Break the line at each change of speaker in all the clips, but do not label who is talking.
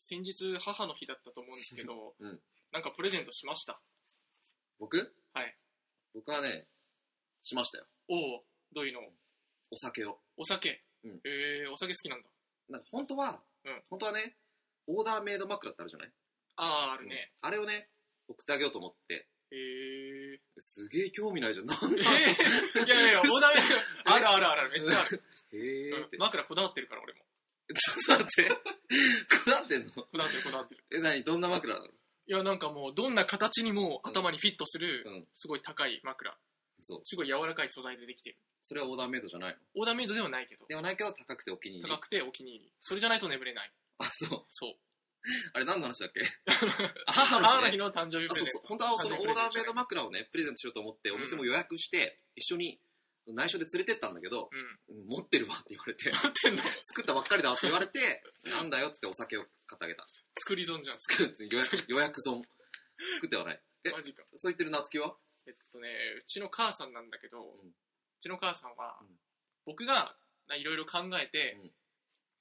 先日母の日だったと思うんですけど、
うん
なんかプレゼントしました
僕
はい
僕はね、しましたよ。
おおどういうの
お酒を。
お酒、
うん
えー、お酒好きなんだ
なんか本当は、
うん
本当はね、オーダーメイド枕ってあるじゃない
あああ
あ
るね、
あれをね、送ってあげようと思って、
えー、
すげえ興味ないじゃん。なん
え
だ
ー、いやいやいやもうダメだよあるあるあるあるめっちゃある、
へえ
う
ー
ん
って。
枕こだわってるから俺も
ちょっと待って。こだわってんの
こだわってるこだわってる
え、なにどんな枕なの
いやなんかもうどんな形にも頭にフィットする、
うん
すごい高い枕
そう。
すごい柔らかい素材でできてる
それはオーダーメイドじゃないの
オーダーメイドではないけど
ではないけど高くてお気に入り
高。くてお気に入りそれじゃないと眠れない
あ、そう。
そう
あれ何の話だ っけあ母の
母
日
の
ね
日の誕生日
あ
プレ
そ
ゼ
う
ン
そう
ト
本当はその
誕
オ
生日プ
ー
レゼン
ダ
ト
ーメイド枕をねプレゼントしようと思ってお店も予約して、一緒に内緒で連れてったんだけど
うん
「持ってるわ」って言われて
持ってんの
作ったばっかりだって言われて「なんだよ」ってお酒を買ってあげた
作り損じゃん
作る予約予約損作ってはないえ
マジか
そう言ってる夏希は
えっとねうちの母さんなんだけど、うんちの母さんは、
うん
僕がいろいろ考えて、
うん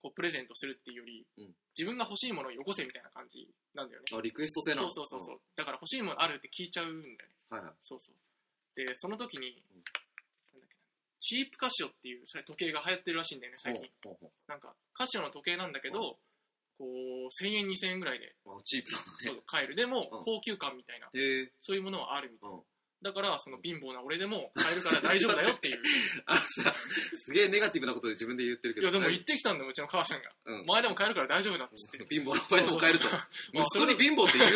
こうプレゼントするっていうより、
うん
自分が欲しいものをよこせみたいな感じなんだよね
あリクエスト制な
そ
の
うそうそうそうだから欲しいものあるって聞いちゃうんだよね
うんはいはい
そうそうでその時に、
うん
なんだっけなチープカシオっていうそれ時計が流行ってるらしいんだよね最近、
ほうほう
なんかカシオの時計なんだけど、こう1000円2000円ぐらいで
ほうあチープな
そ
の
う
ね
買えるでも、
うん
高級感みたいな
へえ
そういうものはあるみたい
うん
だから、その貧乏な俺でも買えるから大丈夫だよって いう。
あのさすげえネガティブなことで自分で言ってるけ
い
ど
や、でも言ってきたんだよ、うちの母さんが。
うん
お前でも買えるから大丈夫だっつって。
貧乏なお前でも買えると
そうまあ
息子に貧乏って言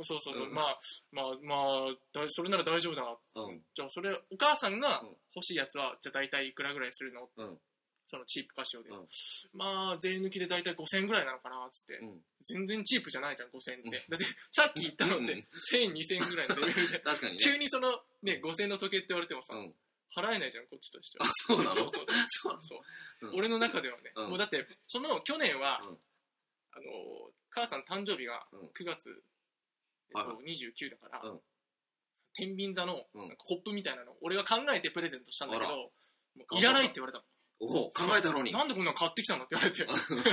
う
そうそうそう。
うん
まあ、まあ、まあ、だそれなら大丈夫だな。
うん
じゃあ、それ、お母さんが
うん
欲しいやつは、じゃあ大体いくらぐらいするの
うん
そのチープカシオで
うん。
まあ、税抜きで大体5000円ぐらいなのかな、つって
う。ん
全然チープじゃないじゃん、5000円っ
うん
て。だって、さっき言ったのっ
うん。
て、1000円、2000円ぐらいのレベルで
確かにね
急にその、ね、5000円の時計って言われてもさ
う、ん
払えないじゃん、こっちとしては
あ。そうな
そう
の
そう
そう
そう
うん
俺の中ではね、
うん
もうだってその去年は、
うん
あの母さん誕生日が
うん
9月、えっ
はい
と
は
29だから、
うん
天秤座の
うん
なんかコップみたいなのを俺が考えてプレゼントしたんだけど
あら
もういらないって言われたの
おお考えたのに
なんでこんなの買ってきたのって言われ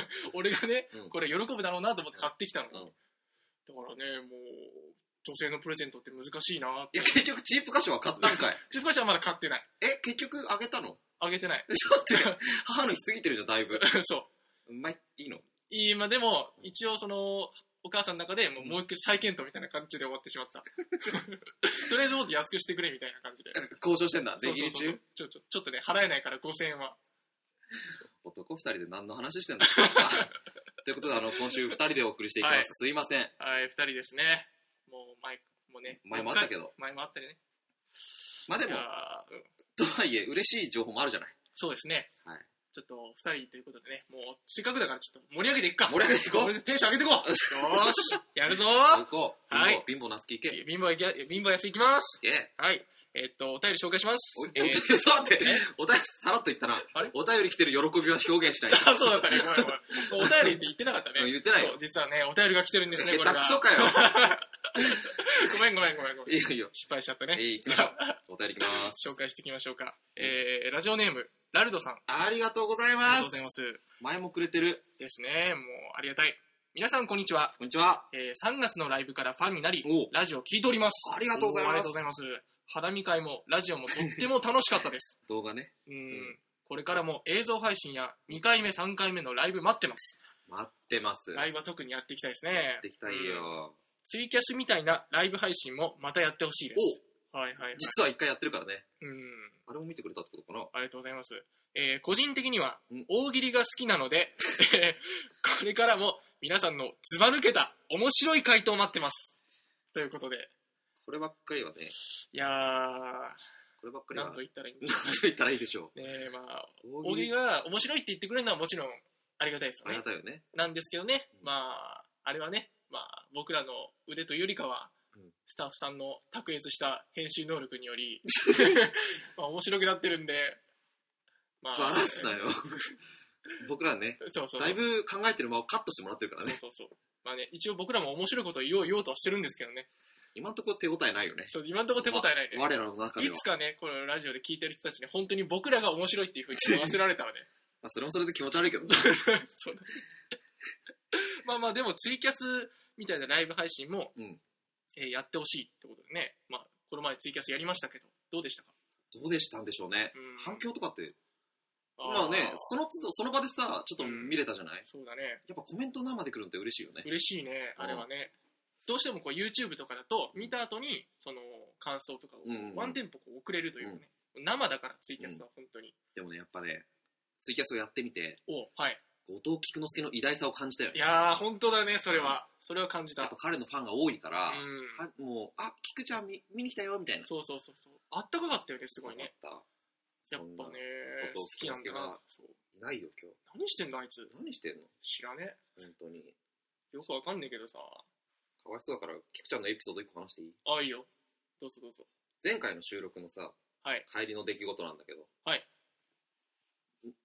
て俺がね、
うん
これ喜ぶだろうなと思って買ってきたのに、
うん
だからねもう女性のプレゼントって難しいなっ
い
て
や、結局、チープ歌手は買ったん かい。
自分はまだ買ってない
え、結局、あげたの
あげてない
ちょっとよ、母の日過ぎてるじゃん、だい ぶ。
そう
まあ、いいの
いいまあでも一応そのお母さんの中でもうもう一回再検討みたいな感じで終わってしまった とりあえずもっと安くしてくれみたいな感じで
交渉してんだ、税切
そう
り
そうそうちょ
中
ちょちょっとね払えないから5000円は
男二人で何の話してんだ ということで、あの、今週二人でお送りしていきます。
はい
すいません。
はい2人ですねもう前もうね
前もあったけど。
前もあったりね
まあで
い
も
や、ーうん
とはいえ、嬉しい情報もあるじゃない。
そうですね、
はい
ちょっと2人ということでねもうせっかくだからちょっと盛り上げていくか
盛り上げていこう
れでテンション上げていこうよーしやるぞ
行こう。
はい
貧乏貧乏なつきいけ。い
ー貧乏やき貧乏やすいきます
け。
はいえっとお便り紹介します
お
え
え、お便り、
ー
ちょっと待って
え。
お便り、さらっと言ったな
あれ。
お便り来てる喜びは表現しない。
あ、そうだったね。ごめんごめん。お便りって言ってなかった
うん
ね。
言ってないよ
そう、実はね、お便りが来てるんですね、これ
下手
が
く。そかよ。
ごめんごめんごめんごめん。
いやいや。
失敗しちゃった
え
ね。
ー、行きましょう。お便り行きます。
紹介していきましょうか。えー、ラジオネーム、ラルドさん。
ありがとうござ
あ
い
りがとう
ま
ご
す。
ざいます。
前もくれてる。
ですね、もう、ありがたい。皆さん、こんにちは。
こんにちは。
えー、3月のライブからファンになり
おう、
ラジオ聞いております。
ありがとうございます
おーありがとうございます。花見会も、ラジオもとっても楽しかった です。
動画ね。
うん
ん
これからも映像配信や2回目、3回目のライブ待ってます。
待ってます。
ライブは特にやっていきたいですね。
できたいよ。
ツイキャスみたいなライブ配信もまたやってほしいです。はいはいはい。
実は一回やってるからね。
うん。
あれも見てくれたってことかな。
ありがとうございます。えー個人的には
うん
大喜利が好きなので、 えーこれからも皆さんのずば抜けた面白い回答を待ってます。ということで、
こればっかりはね、
いや
こればっ
ー、
かり
な
は。な
ん
ん
と
と
言ったらいいんだ
言ったらいいでしょ
ねえ、まあ、
う。
大喜利が面白いって言ってくれるのはもちろんありがたいですよ
あり
ね
が。たいよね。
なんですけどね、
うん
まあ、あれはね、まあ、僕らの腕というよりかは
うん、
スタッフさんの卓越した編集能力によ り、 まあ、面白くなってるんで、ま
バラすなよ。 僕らね、
そうそう。
だいぶ考えてる間をカットしてもらってるから
そう
ね。
そうそう。まあね、一応僕らも面白いことを言おう言おうとはしてるんですけどね。
今のところ手応えないよね。
そう今のところ手応えないね。
我らの中で
い
は
つ。かね、このラジオで聞いてる人たちに本当に僕ら が面白いっていうふうに言わせられたらね。
あそれもそれで気持ち悪いけど。
そうだまあまあ、でもツイキャスみたいなライブ配信も、
うん
えーやってほしいってことでね。まあ、この前ツイキャスやりましたけど、どうでしたか
どうでしたんでしょうね。
うん
反響とかって、
ー
まあね、その都度、その場でさ、ちょっと見れたじゃない、
そうだね。
やっぱコメント生で来るのって嬉しいよね。
嬉しいね、
うん
あれはね。どうしてもこう YouTube とかだと、見た後に、その、感想とかを
うんうんうん
ワンテンポこう送れるというかね。生だからツイキャスは本当に。
でもね、やっぱね、ツイキャスをやってみて、
おうはい。
後藤菊之助の偉大さを感じたよ
い
ね。や
やー、本当だね、それは。それは感じた。
っぱ彼のファンが多いから、
うん。
かもう、あ、菊ちゃん見見に来たよ、みたいな。
そうそうそうそう。あったかかったよね、すごいね。
よかった。
やっぱね、
そんな
好きなんだな。そう
そんないないよ、今
何してんの、あいつ。
日。何してんの
知らね
本当に。
え。よくわかんねえけどさ。
かわいそうだから、菊ちゃんのエピソード一個話していい
あ、いいよ。どうぞどうぞ。
前回の収録のさ、
はい
帰りの出来事なんだけど、
はい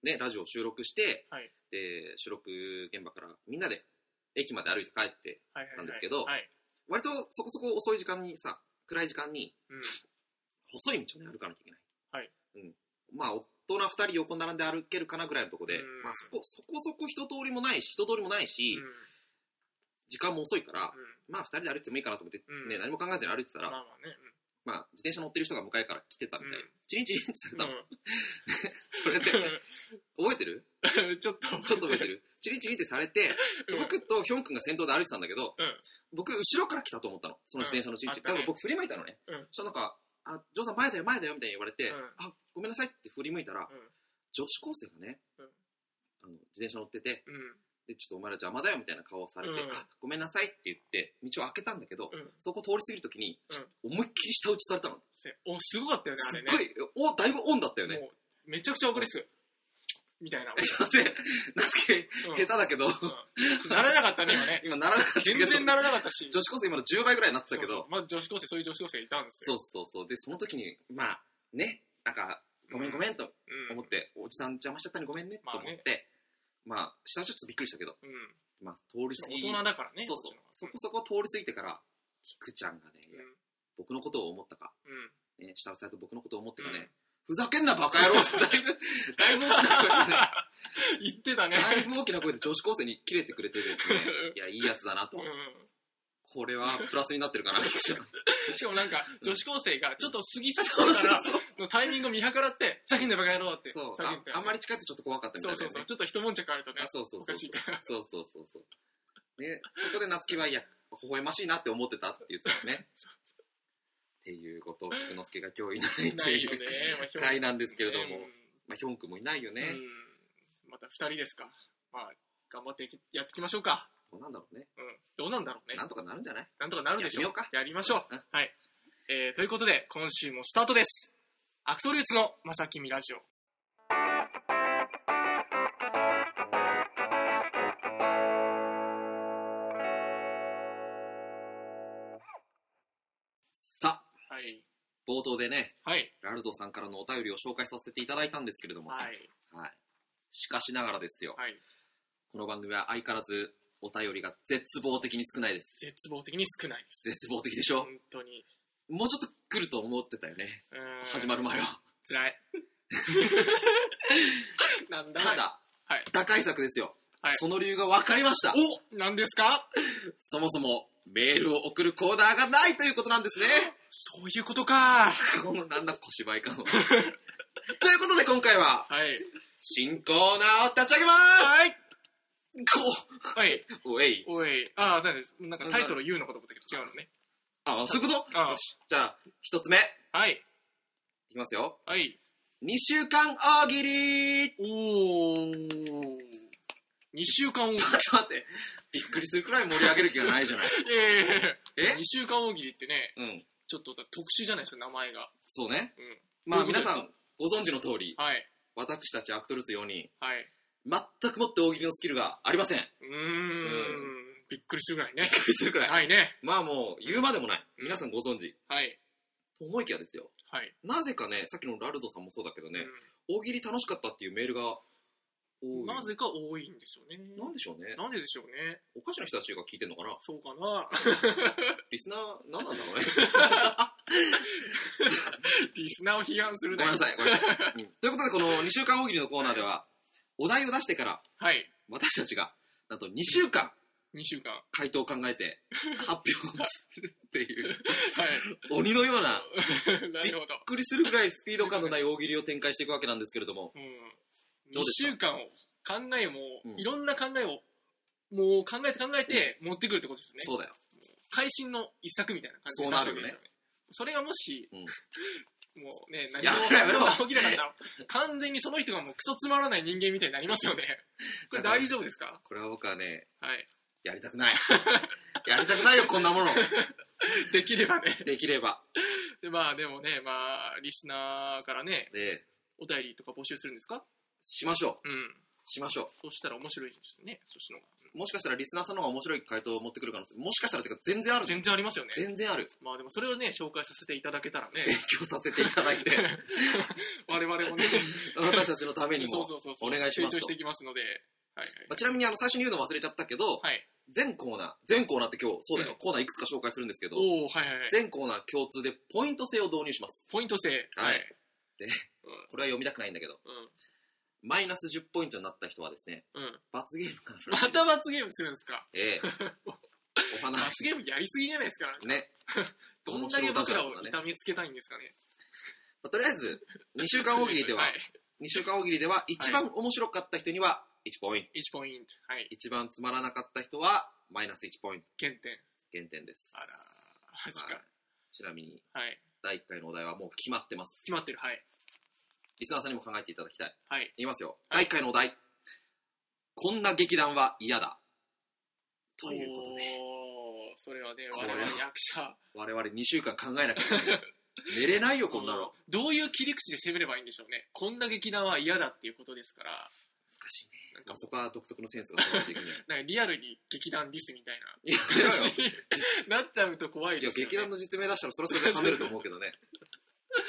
ね、ラジオ収録して、
はい
で収録現場からみんなで駅まで歩いて帰って
はいはい、はい。
なんですけど
はい。
割とそこそこ遅い時間にさ暗い時間に
うん。
細い道をね歩かなきゃいけない、
はい
うん、まあ大人2人横並んで歩けるかなぐらいのとこで
うん、
まあ、そこそこそこ人通りもないし人通りもないし、
うん。
時間も遅いから、
うん
まあ2人で歩いてもいいかなと思って、
うん
ね、何も考えずに歩いてた
ま
ら、
あまあね。
まあ、自転車乗ってる人が向かいから来てたみたいな、
うん
チリンチリンってさ
うん。
れたの、それで覚えてる
うん、 ちょっと。
ちょっと覚えてるチリンチリンってされて
うん
僕とヒョン君が先頭で歩いてたんだけど、
うん
僕後ろから来たと思ったのその自転車のチリンチリン、
うんあったね
だから僕振り向いたのね、
うん
そしたらなんか「あジョーさん前だよ前だよ」みたいに言われて「
うん
あごめんなさい」って振り向いたら、
うん
女子高生がね、
うん
あの自転車乗ってて
うん。
で「ちょっとお前ら邪魔だよ」みたいな顔をされて
う
「
ん
あごめんなさい」って言って道を開けたんだけど、
うん
そこ通り過ぎるときに、思いっきり舌打ちされたの
せお、すごかったよね、あ
す
れ
っ
ね。
ごい、おだいぶオンだったよ ね
もう、めちゃくちゃ怒りっす。みたいな。う
でなんすけ
ん
下手だけど、
うんならなかったね、今 ね。
今ならなかったけ
全
ど
然ならなかったし。
女子高生今の10倍ぐらいになってた
そう
けど
そうまあ、女子高生、そういう女子高生いたんです
そ
よ。
うそうそうでその時にまあねなんかごめんごめんと
うん。
思って、おじさん邪魔しちゃったのにごめんねと思って、
まあ
まあ下ちょっとびっくりしたけど
うん。
まあ通り過ぎ
大人だからね。
そうそう
こっち
そ
の
こそこ通り過ぎてから菊ちゃんがね、
方が
僕のことを思ったか、
うん。うん。
ね、下されと僕のことを思ってかね、
うん
ふざけんなバカ野郎ってだいぶ、だ いぶ大きな声でね、
言ってたね。
だいぶ大きな声で女子高生にキレてくれてですね、いや、いいやつだなと
うん。
これはプラスになってる かな、私は
しかもなんか、女子高生がちょっと過ぎ去ったから、のタイミングを見計らって、叫んでバカ野郎って。
そう
叫んで
あ。あんまり近いとちょっと怖かったみ
そ
たいうだ
そ
よ
う
ね
そう。ちょっと一悶着あるとね
あ、。そうそう
お
そ
か
う。
しいから。
そうそうそうそう。ね、そこで夏希はいや、微笑ましいなって思ってたって言ってたよね。っていうことを菊之助が今日いないって
ないよね
いう。
まあひょん
回なんですけれども
ね
まあ、ヒョン君もいないよ
うん
ね。
うんまた二人ですか。まあ、頑張っていきやっていきましょうか。
どうなんだろうね。
うん。どうなんだろうね
な。んとかなるんじゃない
なんとかなるでしょ
やってみようか
やりましょう。
うん
はい。えー、ということで、今週もスタートです。アクトリウツのまさきみラジオ。
さあ、
はい。
冒頭でね、
はい。
ラルドさんからのお便りを紹介させていただいたんですけれども、
はい。
はいしかしながらですよ、
はい。
この番組は相変わらずお便りが絶望的に少ないです。
絶望的に少ないです。
絶望的でしょ
本、当に。
もうちょっと来ると思ってたよね。
うん
始まる前は。
辛い。なんだ
ただ、
はい
打開策ですよ、
はい
その理由が分かりました。
おなんですか
そもそもメールを送るコーナーがないということなんですね。
そういうことか。
このなんだ小芝居 かの。ということで今回は
はい。
新コーナーを立ち上げま
はい。
す
はい。
こうおえい。
おい。ああ、なんですなんかタイトル言うのかと思ったけど違うのね。
あ、そういうこと
あ
よし。じゃあ、一つ目。い
はい。
きますよ。
はい。
二週間大喜利
おー。2週間大喜利。
ちょっと待って。びっくりするくらい盛り上げる気がない じゃない。
ええ
え
2週間大喜利ってね、
うん。
ちょっと特殊じゃないですか、名前が。
そうね。
うん。
まあ
どういうことで
皆
す
さ
か
んご存知の通り、
はい。
私たちアクトルーツ4人、
はい。
全くもって大喜利のスキルがありません。びっ
うーん。びっくりするぐらいね。
くりするくらい。
ないね。
まあもう言うまでもない。
うん
皆さんご存知。
はい。
と思いきやですよ。
はい。
なぜかね、さっきのラルドさんもそうだけどね、大喜利楽しかったっていうメールが
う
多
ん
い。
なぜか多いんですよね。
なんでしょうね。
なんででしょうね。
おかしな人たちが聞いてんのかな
そうかな。
リスナー、何なんだろうね。
リスナーを批判す
ご
る
めんなさ
い。
い、ごめんなさい。 うんということで、この2週間大喜利のコーナーでは、お題を出してから、
はい。
私たちが、なんと2週間、
2週間。は
回答を考えて、発表するっていう、
い。
鬼のような、
なるほど
びっ。くりするぐらいスピード感のない大喜利を展開していくわけなんですけれども、
うん、
ど
2
うですか
週間を考えも、
うん
いろんな考えをもう考えて考えて持ってくるってことですね、
そうだよ。
会心の一作みたいな感じになるわけですよねそれがもし、もうね何も
やめろやめろ
起きなかったら完全にその人がもうクソつまらない人間みたいになりますよね これ大丈夫ですか
これは僕はね、
はい
やりたくない。 やりたくないよ、こんなもの。
できればね
できれば。
でまあでもねまあリスナーからね
で、
お便りとか募集するんですか
しましょう。
うん
しましょ
そうしたら面白いですねそっちの方
う。もしかしたらリスナーさんの方が面白い回答を持ってくる可能性、もしかしたらっていうか全然ある
が。全然ありますよね
全然ある。
まあでもそれをね紹介させていただけたらね
勉強させていただい て、
我々も ね、
私たちのために
そう
も。
そうそうそう
お願いしますと
成長していきますので、はい
まあちなみにあの最初に言うの忘れちゃったけど、
はい。はい、
全コーナー、全コーナーって今日、そうだよ、
うん
コーナーいくつか紹介するんですけど、
おおはいはいはい。
全コーナー共通でポイント制を導入します。
ポイント制。
はい
はい。
これは読みたくないんだけど、マイナス10ポイントになった人はですね、
うん。うん。
罰ゲームから
また罰ゲームするんです か
ええ お花
罰ゲームやりすぎじゃないですか。
ね。
どんだけ僕らを
面白だからとかね
痛めつけたいんですかね。
まあとりあえず、2週間大喜利では、
はい。
2週間大喜利では、一番面白かった人には1ポイント。
1ポイント。はい。
一番つまらなかった人は、マイナス1ポイント。
減点。
減点です。
あらー、マジ
はい
か。
ちなみに、
はい。
第1回のお題はもう決まってます。
決まってる。はい。
リスナーさんにも考えていただきたい。
はい。
言いますよ。第1回のお題。こんな劇団は嫌だ。というこ
お
とで、
ーそれはね、
こ
我
れは
々役者。
我々2週間考えなきゃいけない。 寝れないよ、こんな
う
の。
どういう切り口で攻めればいいんでしょうね。こんな劇団は嫌だっていうことですから、
難しいね。
なんか
まあそこは独特のセンスが育っていくね。
なんかリアルに劇団ディスみたいな。
いや、寝ろよ
感じに なっちゃうと怖い
い
で
や、
すよ、ね。
劇団の実名出したらそれはそれで冷めると思うけどね。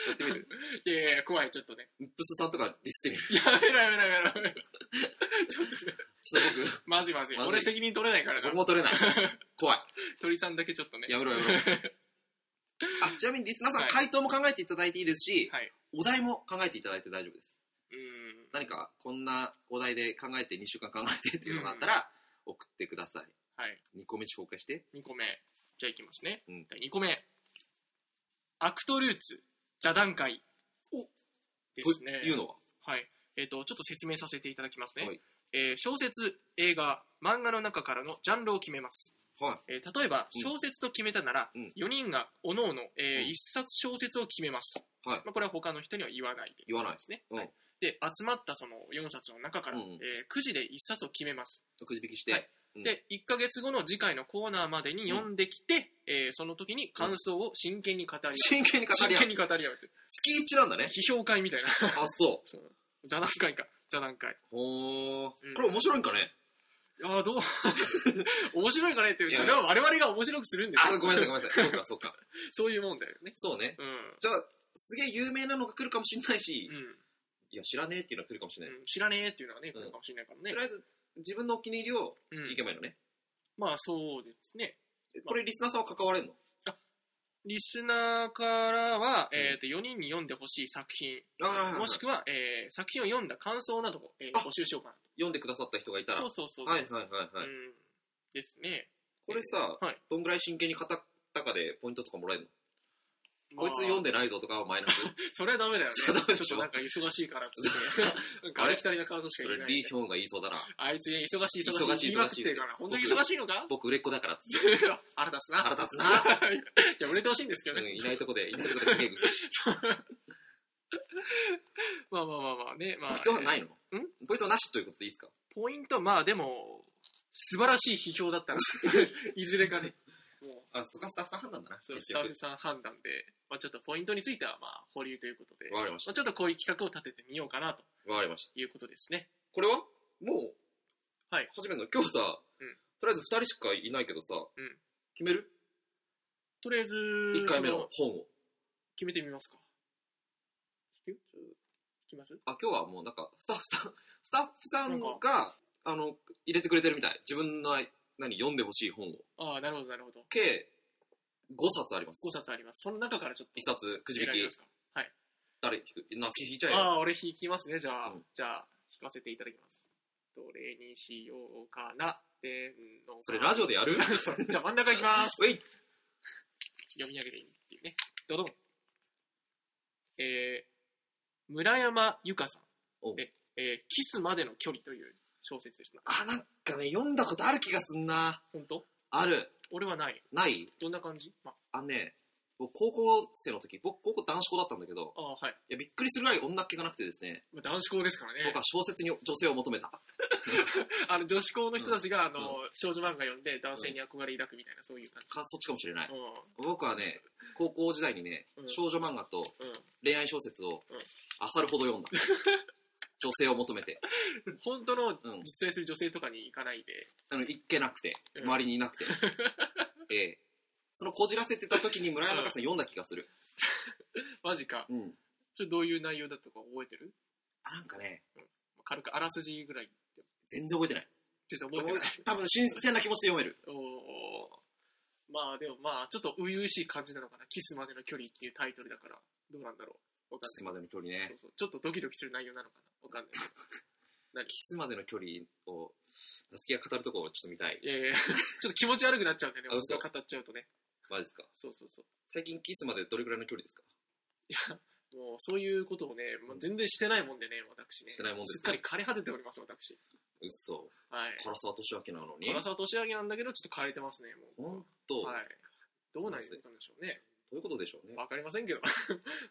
やってみる
いやいや、怖い、ちょっとね。
ウップスさんとかディスってみる。
やめろやめろやめろ。ちょっと、ね、
ちょっと
まずいまずい。
まずい
俺責任取れないから
僕、
な
僕。も取れない。怖い。
鳥さんだけちょっとね。
やめろやめ ろ。あ、ちなみにリスナーさん、
はい
回答も考えていただいていいですし、
はい
お題も考えていただいて大丈夫です。
うん。
何かこんなお題で考えて2週間考えてっていうのがあったら送ってください
はい。
2個目紹介して
2個目。じゃあいきますね。
うん
第2個目。アクトルーツ、座談会。
お
です
と
ね。
いうのは
はい。えっ、と、ちょっと説明させていただきますね。
はい
えー小説、映画、漫画の中からのジャンルを決めます。
は
えー例えば
うん
小説と決めたなら、
うん
4人がおのおの
うん
1冊小説を決めます、
はい
まあ、これは他の人には言わないで
言わない
ですね、
うん
はいで集まったその4冊の中から、
うんうん
えーくじで1冊を決めます、
くじ引きして、
はい
うん
で1ヶ月後の次回のコーナーまでに読んできて、えーその時に感想を真剣に語り合う、
真剣に語り
真
合う
剣に語り合うって
月1なんだね
批評会みたいな
あそ
座談会か座談会
うほー
うん
これ面白いんかね
ああどう 面白いかねっていう
いや
それは我々が面白くするんです
あごめんなさい
い
ごめんなさいそうかそうか
そういうもんだよね
そうね
うん
じゃあすげえ有名なのが来るかもしんないし、
うん
いや知らねえっていうのが来るかもしんな
う
い、
ん知らねえっていうのがね、
うん
来るかもしれないから
と
ね
り。あえず自分のお気に入りを
うん
いけばいいのね、
まあそうですね。
えこれリスナーさんは関われるの
リスナーからは、
うん
えーと4人に読んでほしい作品、
ああ
もしくは、えー作品を読んだ感想などを、えー
あ
募集しようか
読んでくださった人がいた
な
ら
と。そうそうそう。
はいはいはいはい、
うんですね。
これさ、
はい
どんぐらい真剣に語ったかでポイントとかもらえるの
まあ
こいつ読んでないぞとかはマイナス。
そ れはダメだよね。
それはダメで
ち
し
ょ
ょ
っとなんか忙しいからっつ って。なんかありきたりな感想し
そ
か言え
れ
な、い
リ
み
ー・
たい
ヒョンが言いそうだな。
な。あいつね忙しい忙しい
忙しい
言いまくってるから。本当に忙しいのか
僕、売れっ子だからっつって。
腹立つな。
腹立つ な
いや、売れてほしいんですけど
う
ね。
ん、いないとこで、いないとこで稼ぐ。
まあまあまあまあね。ま
ポイ
あ
ントはないの
え
ポイントはなしということでいいですか
ポイントはまあでも、素晴らしい批評だった な。いずれかね。もう、
あ、そこはスタッフさん判断だな。
そのス
結
タッ
局
フさん判断で、まあちょっとポイントについてはまあ保留ということで、ま
わかりまし
あちょっとこういう企画を立ててみようかなと
た。わかりました。
いうことですね。
これはもう、
はい。
初めての。今日さ、
うん
とりあえず二人しかいないけどさ、
ん
決める
とりあえず、
一回目
そ
の本を。
決めてみますか。引く引きます
あ、今日はもうなんか、スタッフさん、 スタッフさん
なん
が、あの、入れてくれてるみたい。自分の、何、読んでほしい本を。
ああ、なるほど、なるほど。
計5冊あります。
5冊あります。その中からちょっと
1冊、くじ
選
引
びま
き
す。か。はい。
誰引く夏希引いちゃえ
あ
よ。
あ、俺引きますね、じゃあ。
うん
じゃあ、引かせていただきます。どれにしようかな。でんのか
それラジオでや る
そうじゃあ真ん中いきます。
うい
読み上げていいっていうね。どうぞ。えー、村山由香さ
お
んで、えーキスまでの距離という小説ですな。
あ、なんかね、読んだことある気がすんな。
本当
ある。
俺はない。
ない
どんな感じ、ま
あのね、僕高校生の時、僕高校男子校だったんだけど、
あ、あーはい。
いや、びっくりするぐらい女っ気がなくてですね、
まあ男子校ですからね
僕。は小説に女性を求めた。
あの女子校の人たちが、あの
うん
少女漫画読んで男性に憧れ抱くみたいな、そういう感じ。
か、そっちかもしれない。
う
僕はね、高校時代にね、
うん
少女漫画と
ん。
恋愛小説を
うん
あさるほど 読んだ。女性を求めて。
うん。本当の
うん。
実在する女性とかに行かないで。
あの、いっけなくて、
うん
周りに いなくて。ええそのこじらせてた時に村山香さん読んだ気がする。
マジか。
うん。
それどういう内容だったか覚えてる
あ、なんかね、
軽くあらすじぐらい。
全然覚えてない。
全然覚えてない。
多分新鮮な気持ちで読める。
おーまあでもまあちょっと初々しい感じなのかな「キスまでの距離」っていうタイトルだからどうなんだろうわかん
キスまでの距離
ない
ね。
そうそうちょっとドキドキする内容なのかなわかんないけど
キスまでの距離を、夏希が語るとこをちょっと見たい。
いやい やちょっと気持ち悪くなっちゃうんだよね
あ嘘
僕が語っちゃうとね
マジですか。
そうそうそ
最近キスまでどれぐらいの距離ですか
うもうそういうことをね、もう全然してないもんでね私ね
してないもんです
っかり枯れ果てております私
嘘。
はい
唐沢年明なのに。
唐沢年上げなんだけどちょっと枯れてますね
ほん
も
と、
うはいどうなん
ま
で
ずい
しょうね
どういうことでしょうね。
わかりませんけど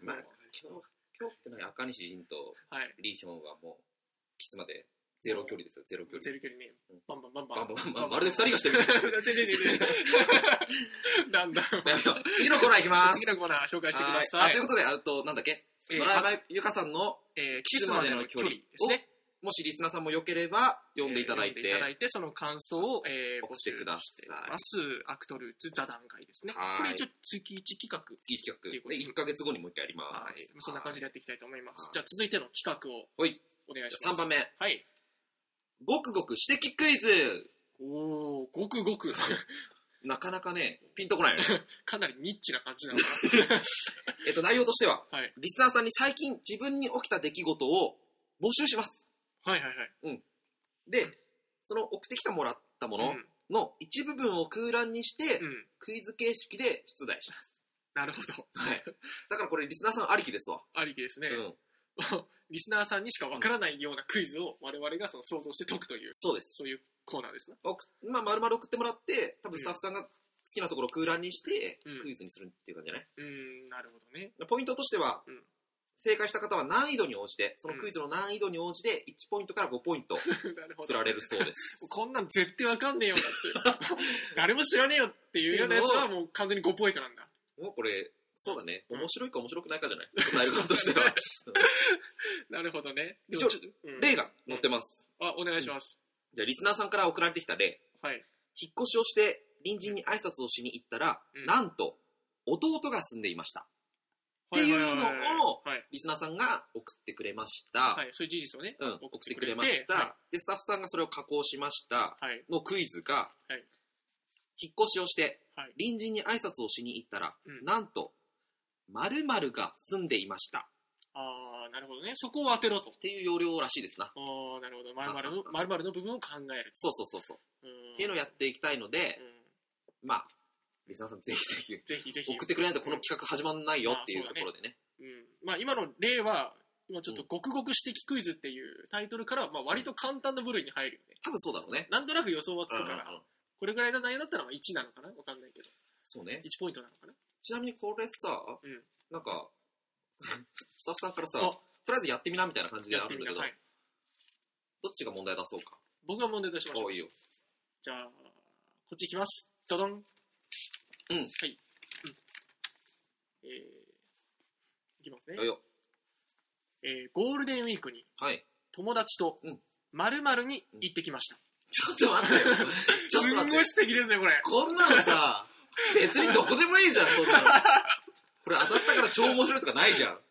まあ
うん、
今日、今日ってない赤西仁と
はい
リーヒョンはもう、キスまでゼロ距離ですよ、ゼロ距
ゼ
離。
ロ距離ね
うん
バンバンバンバ
バ
ン
ンバンバン、まるで二人 がしてるみたい
違う違う違う 違う。だんだん。
な。やめよう次のコーナーいきます。
次のコーナー紹介してくだ
は
さ
いあ
い
という。ことで、あと、なんだっけ、
えー
村山由香さんの
えー
キ
キ
ス
ス
ま
ま
で
で
の
の
距
距
離
離ですね。
を、もしリスナーさんも良ければ、読んでいただいて、
えー読んでいただいて、その感想を、えー募
送って
集
ください
してます。アクトルーツ座談会ですね。
はい
これ一応月1企画。
次企
っていう
画
こと
で、1ヶ月後にもう一回やります。
はい。そんな感じでやっていきたいと思いま
は
す
い。
じゃあ続いての企画を
ほい
お願いします。
3番目、
はい。
ごくごく指摘クイズ
おー、ごくご く。
なかなかね、ピンとこないよね。
かなりニッチな感じなのか
えっと、内容としては、
はい
リスナーさんに最近自分に起きた出来事を募集しま す。
な。はいはいはい。
で、
うん
その送ってきたもらったも
うん
のの一部分を空欄にして、
うん。
クイズ形式で出題します。
なるほど。
はい。だからこれリスナーさんありきですわ。
ありきですね
う。ん。
リスナーさんにしかわからないようなクイズを我々がその想像して解くという、
そうです
そ。ういうコーナーですね。
送まあ、丸々送ってもらって、多分スタッフさんが好きなところを空欄にして、
うん
クイズにするっていう感じじゃない、
うーん、なるほどね。
ポイントとしては、
うん
正解した方は難易度に応じて、そのクイズの難易度に応じて、1ポイントから5ポイント
なるほ
送
ど。
られるそ うです。
こんなん絶対わかん ねえよだって。誰も知らねえよっていうようなやつはもう完全に5ポイントなんだ。
もうこれ、そうだね。
うん
面白いか面白くないかじゃない答えることと しては。
なるほどね。
一
で
応
もちょっと、うん
例が載ってます。
あ、お願いします。
じゃあ、リスナーさんから送られてきた例。
はい。
引っ越しをして、隣人に挨拶をしに行ったら、
うん
なんと、弟が住んでいました。っていうのを
はい。
リスナーさんが送ってくれました。
はい。そういう事実をね。
うん、送ってくれました、
は
で、スタッフさんがそれを加工しました。
はい。
のクイズが、
はい
引っ越しをして、
はい。
隣人に挨拶をしに行ったら、
うん
なんと、〇〇が住んでいました。
あー、なるほどね。そこを当てろと。
っていう要領らしいですな。
あー、なるほど。ま るの、まるの部分を考える。
そうそうそうそう。
うーん
っていうのをやっていきたいので
う、ん
まあ、リスナーさんぜひぜひ
ぜひぜひ。
送ってくれないとこの企画始まんないよっていう
あ
と
そうだね
ころでね。
うんまあ、今の例は、今ちょっと「ごくごく指摘クイズ」っていうタイトルからは、まあ、割と簡単な部類に入るよね。
多分そうだろうね。
なんとなく予想はつくか
うんうんう
ら
ん、
これぐらいの内容だったらまあ1なのかなわかんないけど。
そうね。
1ポイントなのかな
ちなみにこれさ、
うん
なん か、スタッフさんからさ、
あ
とりあえずやってみなみたいな感じで
や
あ
って
るん
み
だ
な。
けど、
はい。
どっちが問題出そうか。
僕が問題出しましょ
あ
う。
いいよ。
じゃあ、こっち行きます。ドドン。
うん
はい。うんえー、いきます
あいい
ね。
よ。
えー、ゴールデンウィークに
はい。
友達と
うん
〇〇に行ってきました。
ちょっと待ってよ。ちょっ
す
と
んごい
待って。
指摘ですね、これ。
こんなのさ、別にどこでもいいじゃん、そんなの。これ当たったから超面白いとかないじ ゃん。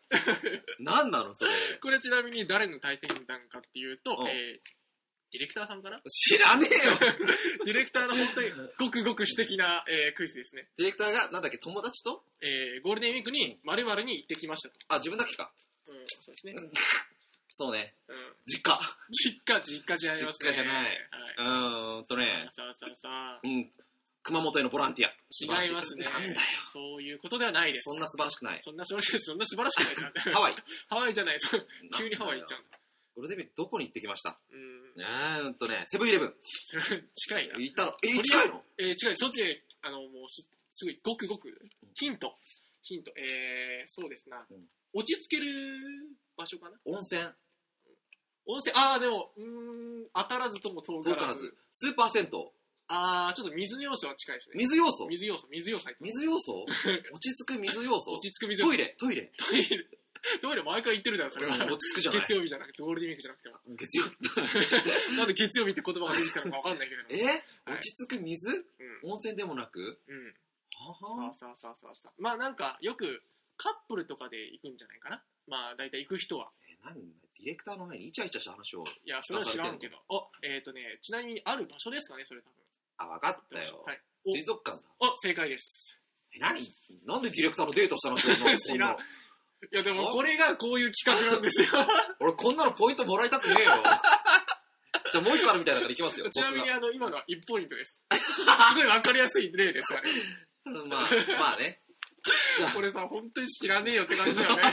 なんなの、それ。
これちなみに誰の体験談かっていうと、
うん
えーディレクターさんかな
知らねえよ。
ディレクターの本当にごくごく私的な、えークイズですね。
ディレクターが、なんだっけ、友達と
えーゴールデンウィークに〇〇に行ってきましたと。
あ、自分だけか。
うん、そうですね。
そうね。
うん。
実家。
実家、実家じゃありますね。
実家じゃない
は
うーんとね
い。、さあさあさあ。
うん。熊本へのボランティア。
違いますね。
なんだよ。
そういうことではないです。
そんな素晴らしくない。
そんな素晴らしい、そんな素晴らしくないから。
ハワイ。
ハワイじゃない。そう急にハワイ行っちゃ
う
う。。
ゴールデンウィークどこに行ってきました
うん。
うーんとね、セブンイレブン。
それ近いな。
行ったろ。
とりあえ
え、
ず
近いの
えー、違う、そっちへ、あの、もうす、すごい、ごくごく、ヒント。ヒント。えー、そうですな。
うん
落ち着ける場所かな
温泉。
温泉、ああ、でも、うーん、当たらずとも遠か
遠
らず。
からず。スーパー銭
ああ、ちょっと水の要素は近いです
湯。
ね。
水要素
水要素、水要素入ってます
水 要素落ち着く水要素
落ち着く水要
ト
素。
イレトイレ
トイレ。 トイレ毎回言ってるだろ、それは。
うん落ち着くじゃない
月曜日じゃなくて、ゴールデンウィークじゃなくても。
月曜
なんで月曜日って言葉が出てきたのかわかんないけれども。
え
はい
落ち着く水
う
温泉でもなく
ん。うん。
は
さあ
は
さあさあさあさあ。まあなんか、よく、カップルとかで行くんじゃないかな。まあ、大体行く人は。
え何ディレクターの前にイチャイチャした話を
いや、それは知らんけど。あ、えっ、ー、とね、ちなみにある場所ですかね、それ多分。
あ分かったよ
はい。
水族館だ
お、お正解です。
え何なんでディレクターのデート したのそんな
知らん
こんない
や、でもこれがこういう企画なんです よ。
俺こんなのポイントもらいたくね えよじゃあもう一個あるみたいだからいきますよ
ちなみに
僕が
あの、今のは1ポイントです。すごい分かりやすい例です、あ れ。
まあまあねじゃあ
これさ、本当に知らねえよって感じだよね。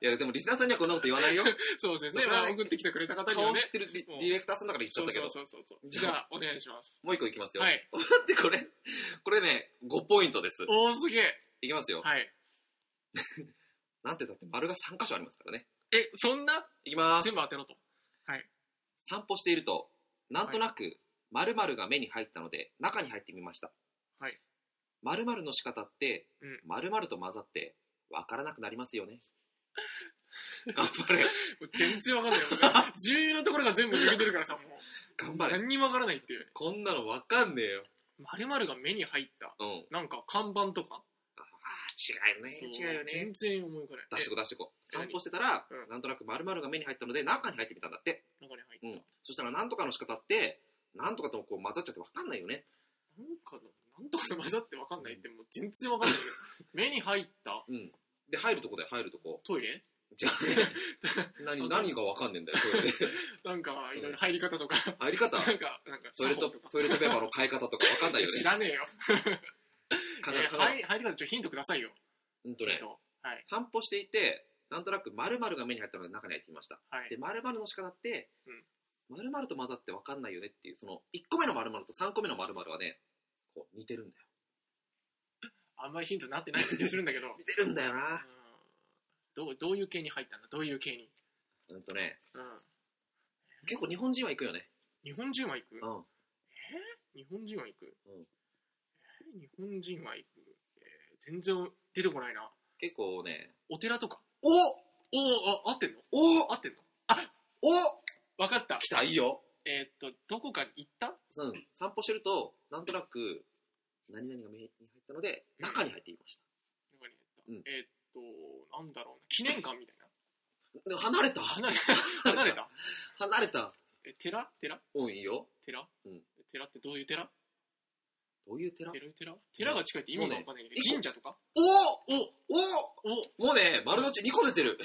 いやでもリスナーさんにはこんなこと言わないよ
そうです
そ
ね。
う
まあ、送ってきてくれた方には
顔
ね
知。ってるディディレクターさんだから言っちゃ
そ
っ
う
たけ
そ
ど
うそうそうそう。じゃあ、お願いします。
もう一個いきますよ
はい。
で、これ、これね、5ポイントです。
おー、すげえ。
いきますよ。
はい。
なんてだって丸が3箇所ありますからね。
え、そんない
きます
全。部当てろと。はい。
散歩していると、なんとなく、〇〇が目に入ったので、中に入ってみました。
はい。
〇〇の仕方って
うん、
〇〇と混ざって、わからなくなりますよね。 頑張れ。
もう全然わかんないよ。 重要なところが全部抜けてるからさ、もう。
頑張れ。
何にもわからないっていう。
こんなのわかんねえよ。
〇〇が目に入った。
うん。
なんか、看板とか。
ああ、違うね
そう。全然思い浮か
出
ない
して。こ出してこ。
え
散歩してたら
う、ん
なんとなく〇〇が目に入ったので、中に入ってみたんだって。
え中に入った。
うん、そしたらなんとかの仕方ってなんとかとこう混ざっちゃって分かんないよね
なんかの、なんとかの混ざってわかんないって、もう全然わかんないけ ど。目に入った
うんで入るとこだよ入るとこ
トイレ
じゃあね 何何が分かんねえんだよそ れで
なんか、いろいろ入り 方とか。
入り方
なんか、なんか、
トイレット
作法とか
トイレットペーパーの買い方とか分かんないよね
知らねえよ。
かな
え
か
ー
な
はい、入り方ちょっとヒントくださいよ。
うんと
ヒン
ね
トはい。
散歩していてなんとなく〇〇が目に入ったので中に入ってみました
はい
で。〇〇の仕方って
うん
〇〇と混ざって分かんないよねっていうその1個目の〇〇と3個目の〇〇はねこう似てるんだよ
あんまりヒントになってない気がするんだ けど。
似てるんだよな
どう、どういう系に入ったんだどういう系に。
うんとね
うん。
結構日本人は行くよね
日本人は行く
うん
日本人は行く、
うん
えー日本人は行く、えー全然出てこないな。
結構ね
お寺とか。
お
おおあ、合ってんの
お
合ってんの
お
わかった。
来た、いいよ。
えーっと、どこかに行った
うん。散歩してると、なんとなく、何々が目に入ったので、中に入っていまし
どこに行った、
うん
えーっと、なんだろうな。記念館みたいな。
た。で離れた
離れた。離れた。
離れた。
え、寺寺
うん、いいよ。
寺、
うん
寺ってどういう寺
どういう寺
寺寺寺が近いって意味がわかんないけど、
もうね
神社とか
お
おお
おもうね、丸の内2個出てる。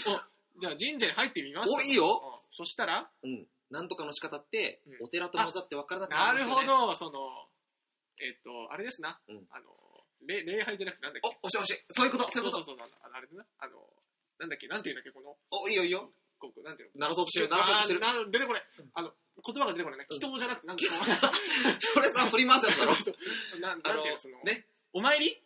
じゃあ神社に入ってみました
お、いいよ。
うんそしたら
うん。なんとかの仕方って、
うん
お寺と混ざって分からなく
な
な
る
りま
ほ
すよね。
どそのえっ、とあれですな、
うん
あの礼礼拝じゃなくてなんだっけ
お、おしおし。そういうこと、そういうこ
そう
と。
そうそうあのあれだなあのなんだっけなんていうんだっけこの
お、いいよ、いいよ。
こうなんていうの
鳴らそうとしてる、鳴らそうとしてる。
あーな出てこないあの言葉が出てこないな祈祷じゃなくてなんていうの
それさ、振り回すやつだろ。
ななんて
あ
い
の
うのその、
ね。
お参り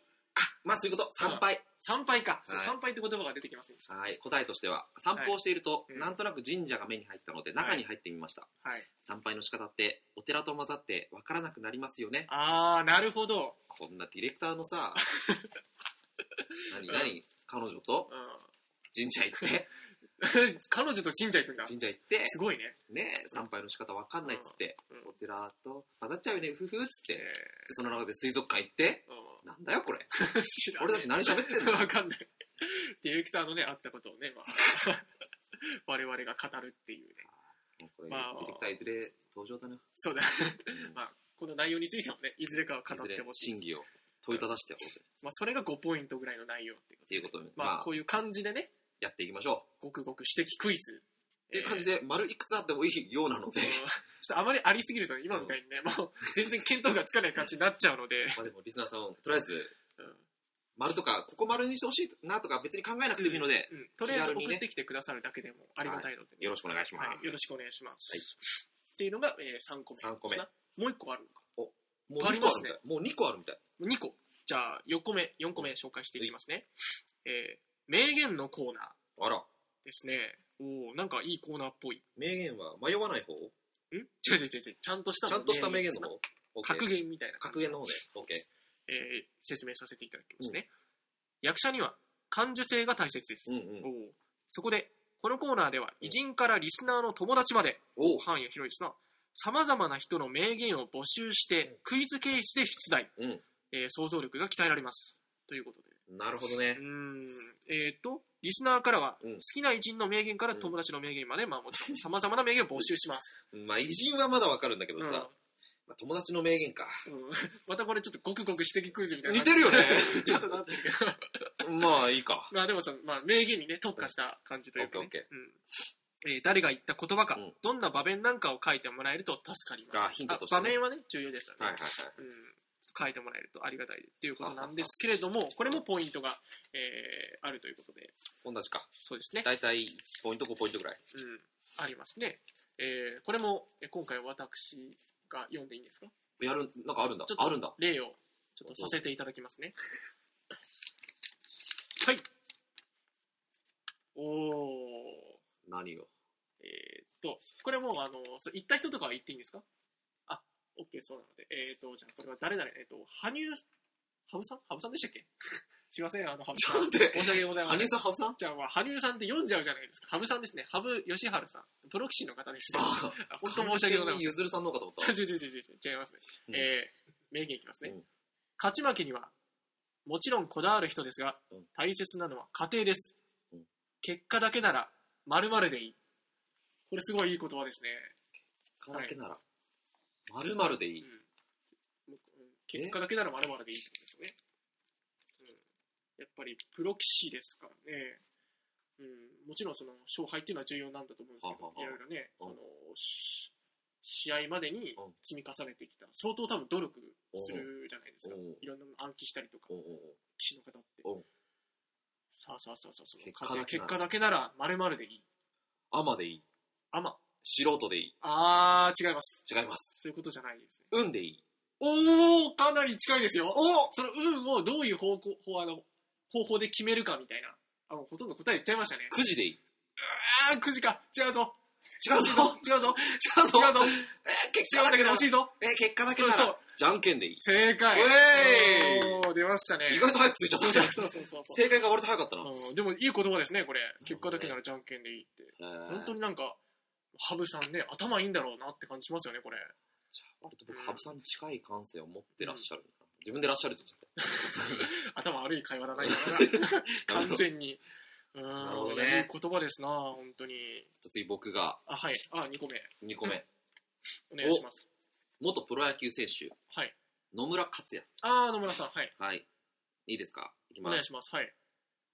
まあ、そういうこと。参拝。
参拝か、そう
はい
参拝って言葉が出てきませんでした
はい、答えとしては、散歩をしていると、
いうん
なんとなく神社が目に入ったので、中に入ってみました。
はい
参拝の仕方って、お寺と混ざって分からなくなりますよね。
ああなるほど、
こんなディレクターの さ、何何彼女と
うん、
神社行 って、
彼女と神社行くんだ。
神社行って、
すごいね。
ね、参拝の仕方分かんないっつって
うんうん、
お寺と混ざっちゃうよね、ふふっつって、
え
でその中で水族館行って、なんだよこれ。
ー、知らん
俺たち何喋ってんの
わかんない。ディレクターのね、あったことをね、まあ、我々が語るっていうね。
これデ
まあ
ィレクターいずれ登 場だな。
そうだ。
うん
まあ、この内容についてもね、いずれかは語
いず
っ
れ
てほしい。
真偽を問いただしてやろうぜ。
まあ、それが5ポイントぐらいの内容っていうこと
ということで、
まあ、
まあ
こ、ういう感じでね、
やっていきましょう。
ごくごく指摘クイズ
っていう感じで、丸いくつあってもいいようなので
えー、ちょっとあまりありすぎるとね今みたいにね、もう全然見当がつかない感じになっちゃうので、
まあでもリスナーさんをとりあえず
うん
丸とかここ丸にしてほしいなとか別に考えなくてもいいので、
うんとりあえず
気軽に
送
ね
ってきてくださるだけでもありがたいので、
よろしくお願いしま
はい、
す、
よろしくお願いします。っていうのが、えー、3個目
三個目
ですな。もう1個あるのか。
もう
あり
2
ま
個あ
す
る
ね
みたいもう2個あるみたい
2個。じゃあ、4個目、4個目紹介していきますね。えー、名言のコーナー
あら
ですね。おーなんかいいコーナーっぽい。
名言は迷わない方
ん違う違う違う違う。ちゃんとした
ちゃんとした名言の
ですな
方 OK
格言みたいな感
格
じ
言の方で OK
えー説明させていただきますね。役者には感受性が大切です。
うんうん
おーそこで、このコーナーでは偉人からリスナーの友達まで、
おう
範囲が広いですな。さまざまな人の名言を募集して、クイズ形式で出題、
うん
えー想像力が鍛えられます。ということで。
なるほどね
うーん。えっ、と、リスナーからは、
うん
好きな偉人の名言から友達の名言まで、まあもちろん、 さまざまな名言を募集します。
まあ偉人はまだわかるんだけど
う
さ、
ん。
まあ、友達の名言か
うんまたこれちょっとごくごく指摘クイズみたいな。
似てるよね
ちょっとなってるけど。
まあいいか
まあでもその、まあ名言にね、特化した感じというか、ね。
オッケーオッ
うんえー誰が言った言葉か、
うん
どんな場面なんかを書いてもらえると助かります。
あヒントとしてね
あ場面はね、重要ですよね。
はいはいはい
うん、書いてもらえるとありがたいということなんですけれども、これもポイントが、えーあるということで、
同じか
そうですね、
大体1ポイント5ポイントぐらい
うん、ありますね。えーこれもえ今回私が読んでいいんですか
やるなんかあるんだ
ちょっと
あるんだ
例をちょっとさせていただきますね。はい。おー、
何を
えーっと、これもうあの、そう言った人とかは言っていいんですかあ、OK、そうなので、えーっと、じゃあこれは誰々、えーっと、羽生、羽生さん羽生さんでしたっけ すいません、あの、羽生
ち
さん
ょっと。 待って
申し訳ございません。
羽生さん羽生さん
じゃあ、まあ、羽生さんって読んじゃうじゃないですか。羽生さんですね。羽生善治さん。プロ棋士の方ですね。
あ
本当申し訳ございま
ゆずるさんの方かと思っ
せん。 違う違う違う違う違いますね。
うん
えー、名言いきますね。
うん
勝ち負けには、もちろんこだわる人ですが、
うん
大切なのは過程です。
うん
結果だけなら、〇〇でいい。これすごいいい言葉ですね。
た。だけなら、まるまるでいい。
うんうん結果だけなら〇〇でいいってことですよね。うんやっぱりプロ棋士ですからね、うん、もちろんその勝敗っていうのは重要なんだと思うんですけ
は
ど
は、はい
ろいろね、
う
そ
ん
のし試合までに
うん
積み重ねてきた、相当多分努力するじゃないですか
うん、
いろんなもの暗記したりとか、
おう
棋
おう
士の方って
うん。
さあさあさあさあ、その
結果だけなら
結果だけなら〇〇でいい。
おう。甘でいい。
あま、
素人でいい。
あー、違います。
違います。
そういうことじゃないですね。
運でいい。
おー、かなり近いですよ。
お
その運をどういう方向、方あの方法で決めるかみたいな。あの、ほとんど答え言っちゃいましたね。
くじでいい。
あー、9時か。違うぞ。
違う
違うぞ
ぞ。。
違うぞ。
違うぞ。
違うぞ。
えー、結
違う
果
んだ
だ
け
け
ど
なら
惜、しいぞ。
えー、結果だけ
そう
な
そ
ら
う、。
じゃんけんでいい。
正解。
えい
おー出ましたね。
意外と早くついちゃ
そう
っ
そう
た。
そうそうそう
正解が割と早かったな。
うんでもいい言葉ですね、これ。結果だけならじゃんけんでいいって。
えー
本当になんか、ハブさんね、頭いいんだろうなって感じしますよね、これ。
割と僕、羽生さんに近い感性を持ってらっしゃるんだな。自分でらっしゃるって言っ
頭悪い会話だな、 今な
ちゃった。
完
じゃ
全に。うん
なるほどね
いやいい言葉ですな、本当に。
あ次僕が
あ、はい。あ、2個目。
2個目。
お願いします。
元プロ野球選手、
はい。
野村克也。
あー、野村さん、はい。
はい。いいですかいき
お
ま
願い
す。
します。はい。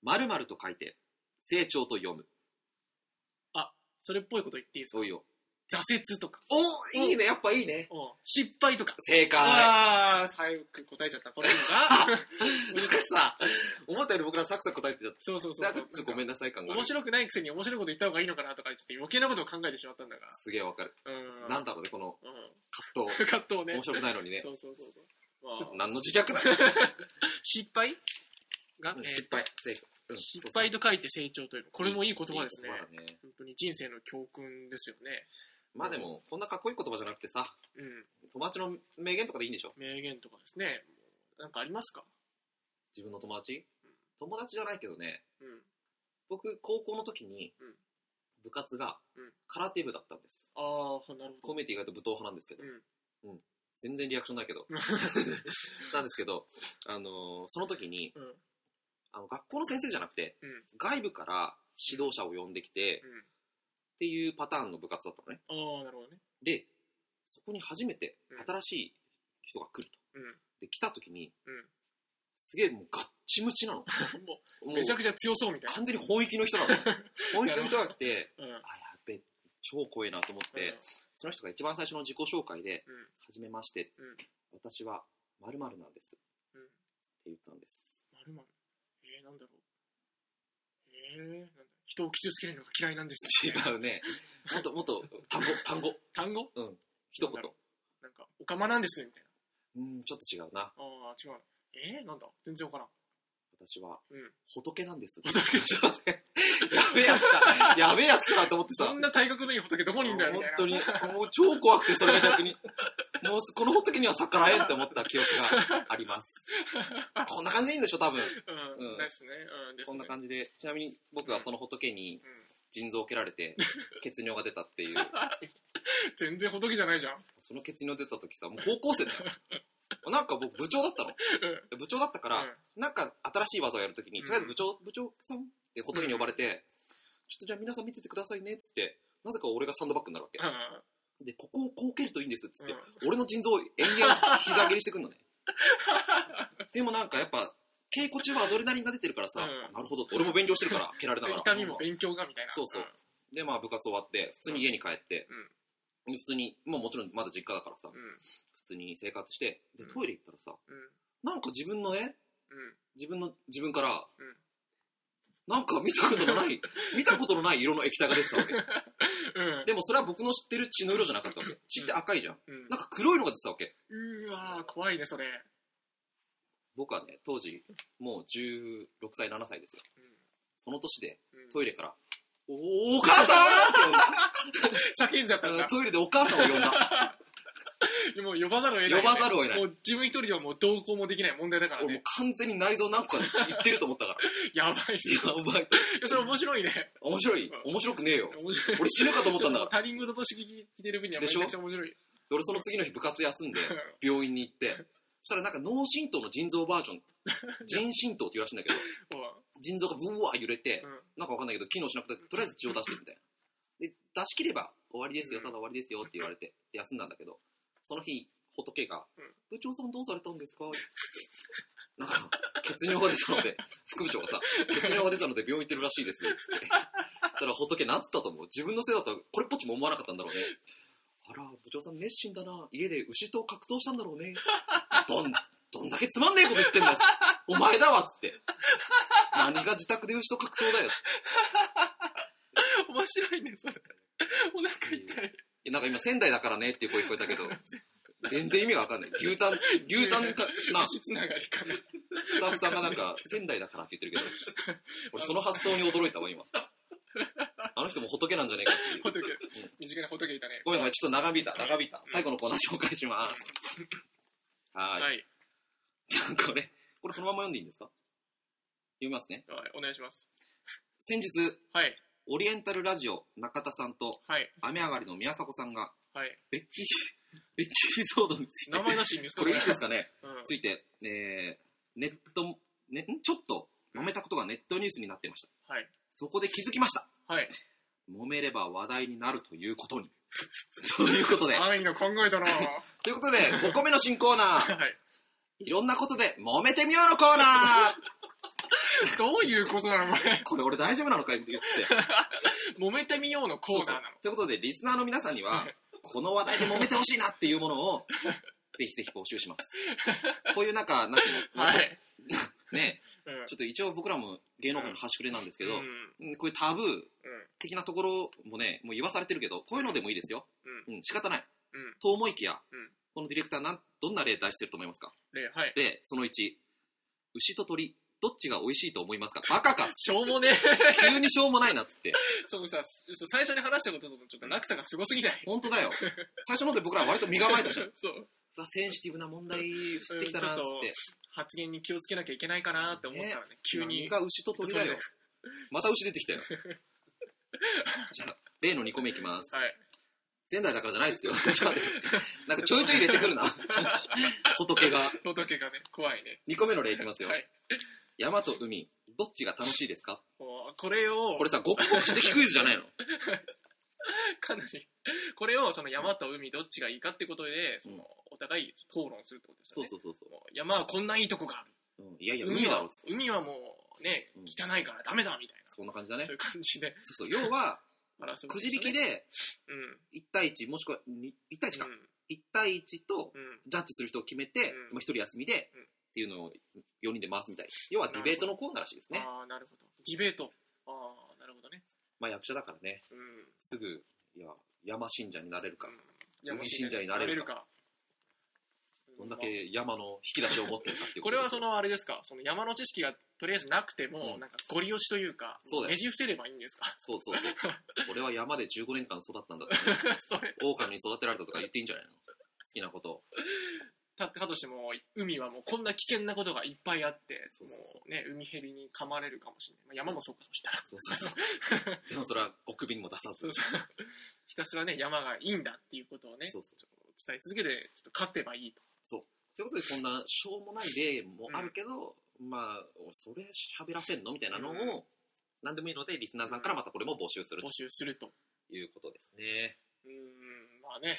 まるまると書いて、成長と読む。
それっぽいこと言っていいですか
そうよ。
挫折とか。
おいいね、やっぱいいね。
うん失敗とか。
正解。
ああ、最後答えちゃった。これいい のか
なんかさ、思ったより僕らサクサク答えてちゃっ
そうそう
た。
そう
なん
そ
か
う。
ちょっとごめんなさい感がある
面。白くないくせに面白いこと言った方がいいのかなとか、ちょっと余計なことを考えてしまったんだが。
すげえわかる。
うん。
なんだろうね、この
うん。
葛藤。
葛藤 ね
面。白くないのにね。
そうそうそうそう。まあ、
何の自虐だよ。
失敗が、えー
失敗。正解うん
失敗と書いて成長という。これもいい言葉ですね。
いい言葉だね
本当に人生の教訓ですよね。
まあでも、こんなかっこいい言葉じゃなくてさ、
うん。
友達の名言とかでいいんでしょ
名言とかですね。なんかありますか
自分の友達友達じゃないけどね、
うん。
僕、高校の時に
うん、
部活が
うん
空手部だったんです。
ああ、なるほ
こう
ど。
見えて意外と武闘派なんですけど
う、ん。
全然リアクションないけど。なんですけど、あのーその時に、
うん。
あの、学校の先生じゃなくて、
うん
外部から指導者を呼んできて、っ
うん
ていうパターンの部活だったのね。
ああ、なるほどね。
で、そこに初めて
うん
新しい人が来ると。
う
で、来た時に、
うん
すげえもうガッチ ムチなの。も
ん。もう、
う
めちゃくちゃ強そうみたい
完全に本域の人なの。本域の人が来て、
な。うん。
あ、やべ、超怖いなと思って、その人が一番最初の自己紹介で
うん、
「はじめまして、
うん
私は〇〇なんです」って
うん、うん。
言ったんです
まるまる。えー、なんだろう。えー、なんだ人を傷つけるのが嫌いなんです
違うねもっともっと単語単語
単語
うん一
なんだ
言
ろなんか、おかまなんです、みたいな。
うんちょっと違うな
ああ、違うな。えー、なんだ全然わからん。
私は
うん。
仏なんですって言ってましたね やべえやつだやべえやつだと思ってさ
そんな体格のいい仏どこにいんだよ、み
本
たいな。
当にもう超怖くてそれが逆にもうすこの仏には逆らえんって思った記憶がありますこんな感じでいいんでしょ多分
うん、
うん
ですね。うん、ですね。
こんな感じでちなみに僕はその仏に腎臓を蹴られて血尿が出たっていう
うん。全然仏じゃないじゃん。
その血尿出た時さもう高校生だよなんか僕部長だったの部長だったから、なんか新しい技をやるときに、
うん
とりあえず部長、部長さんって仏に呼ばれて、ちょっとじゃあ皆さん見ててくださいねっつって、なぜか俺がサンドバッグになるわけ
う。ん。
で、ここをこう蹴るといいんですっつって、
う
俺の腎臓を延々膝蹴りしてくんのね。 でもなんかやっぱ、稽古中はアドレナリンが出てるからさ、
うん
なるほどって、俺も勉強して るから、蹴られなが
ん。
ら。
痛みも勉強が、みたいな。。
そうそうんで、まあ部活終わって、普通に家に帰って、普通に、まあもちろんまだ実家だからさ、
うん。
普通に生活して、で、
うん
トイレ行ったらさ、
うん。
なんか自分のね、
うん。
自分の自分から、
うん
なんか見たことのない 見たことのない色の液体が出てたわけ
うん。
でもそれは僕の知ってる血の色じゃなかったわけ血って赤いじゃん
うん
なんか黒いのが出てたわけ
うーわー、怖いね、それ。
僕はね当時もう16歳7歳ですよその年で
うん。
トイ
レ。
レから「おお母さん!」って
叫んじゃった
呼
ん
ん
だ
だ。トイレでお母さんを呼んだ
もう呼ばざるを得ない、
呼ばざるを得ない
もう自分一人ではもう同行もできない問題だから
俺もう
ね。
完全に内臓何個か言ってると思ったから
やばい。い
やばい
やそれ面白いね。
面白い面白くねえよ
面白い。
俺死ぬかと思ったんだから
他人事と刺激聞いてる分にはめ
でし
ち
ょ
ゃくちゃ面白い。
で俺その次の日部活休んで
うん
病院に行って、そしたらなんか脳震盪の腎臓バージ ョン、腎震盪って言うらしいんだけど、腎臓がブワー揺れて
う、ん
なんかわかんないけど、機能しなくて、とりあえず血を出してみたいな。で、出し切れば終わりですよ、ただ終わりですよって言われて、で休んだんだけど、その日、仏が
うん、
部長さんどうされたんですかってなんか、血尿が出たので、 副部長がさ、血尿が出たので病院行ってるらしいですよ、つって。そしたら仏なんつったと思う自分のせいだとはこれっぽっちも思わなかったんだろうね。あら、部長さん熱心だな。家で牛と格闘したんだろうね。どん、どんだけつまんねえこと言ってんだよ。お前だわ、つって。何が自宅で牛と格闘だよ。
面白いね、それ。お腹痛い。
いやなんか今仙台だからねっていう声聞こえ たけど、全然意味がわかんない。牛タン、牛 タンか、な、
足つながりかな。
スタッフさんがなんか仙台だからって言ってるけど、俺その発想に驚いたわ、今。あの人も仏なんじゃねえかっていう。
仏、身近な仏いたね。
ごめんごめん、ちょっと長引いた、長引いた。最後のコーナー紹介します。はーい。
はい。
じゃあこれ、これこのまま読んでいいんですか読みますね。
はいお願いします。
先日、
はい。
オリエンタルラジオ中田さんと
はい。
雨上がりの宮迫さんが、
はい。
ベッキー、ベッキー騒動について
名、前なしいいんですか
これいいですかね
うん
ついて、えーネット、ね、んちょっと揉めたことがネットニュースになってました。
はい。
そこで気づきました。
はい。
揉めれば話題になるということに。 ということで、
安易な考えだなは
ということで、5個目の新コーナー、
い。
いろんなことで揉めてみようのコーナー
どういうことなの、これ。
これ俺大丈夫なのかいって言ってて。
揉めてみようのコーナーなの。
ということで、リスナーの皆さんには
はい、
この話題で揉めてほしいなっていうものを、ぜひぜひ募集します。 こういうなんか、なんていうの、
はい。
ね、
うん
ちょっと一応僕らも芸能界の端くれなんですけど
うん、
うんこういうタブー、
うん
的なところもね、もう言わされてるけど、こういうのでもいいですよ。うん、仕方ない。
うん
と思いきや、
うん
このディレクターなん、どんな例出してると思いますか
例、はい。
例、その1。牛と鳥、どっちが美味しいと思いますか バカか
しょうもねえ。
急にしょうもないなっつって。
そのさ、そう最初に話したこととちょっと落差がすごすぎない。
本当だよ。最初ので僕らは割と身構えたじゃん。う
そう。
わセンシティブな問題振ってきたなっつって。
発言に気をつけなきゃいけないかなって思ったらね、急に
何。が牛と鳥だよ。また牛出て きたよ。じゃあ、例の2個目いきます。
はい。
仙台だからじゃな いですよ。ちょっと待ってなんかちょいちょい入れてくるな。仏が。
仏がね、怖いね。
2個目の例いきますよ。
はい
山と海、どっちが楽しいですか
もうこれを、
これさ、ごくごく指摘クイズじゃないの
かなり、これをその山と海どっちがいいかってことで、そ
うん
のお互い討論するってことです
そ
よ
う
ね。
そうそうそ
もう山はこんないいとこがある。
う、うん。いやいや、海だろっつって。
海はもうね
うん、
汚いからダメだみたいな。
そんな感じだね
そうい。う感じで。
そうそう、要は、
ハラスメント
くじ引
で
きで
すね。
1対1もしくはに1対1か、1対1と
うん。うん。
ジャッジする人を決めて、
うん
まあ、1人休みで、
うん
っていうのを4人で回すみたい要はディベートのコーナーらしいですね
ああ、なるほど。ディベート。ああ、なるほどね。
まあ役者だからね
うん。
すぐいや山信者になれるか、
うん
海信者になれるかどんだけ
ま
山の引き出しを持ってるかってい
あ
う
こ
と
れ
です
はそのあれですか、その山の知識がとりあえずなくても、
うん
なんかゴリ押しというか、
そうだよ
ねじ伏せればいいんですか。
そうそうそう俺は山で15年間育ったんだって
それ、
狼に育てられたとか言っていいんじゃないの好きなことを
たったとしても、海はもうこんな危険なことがいっぱいあって、
そうそうそう
もうね、海蛇に噛まれるかもしれない。まあ、山もそうか、そしたら。
そうそうそう でもそれはお首にも出さず
そうそう ひたすらね、山がいいんだっていうことをね、
そうそう
伝え続けて、ちょっと勝てばいいと。
ということでこんなしょうもない例もあるけど、まあそれ喋らせんのみたいなのを、
うん
何でもいいのでリスナーさんからまたこれも募集する
募集すると。
ということですね
うーん、まあね、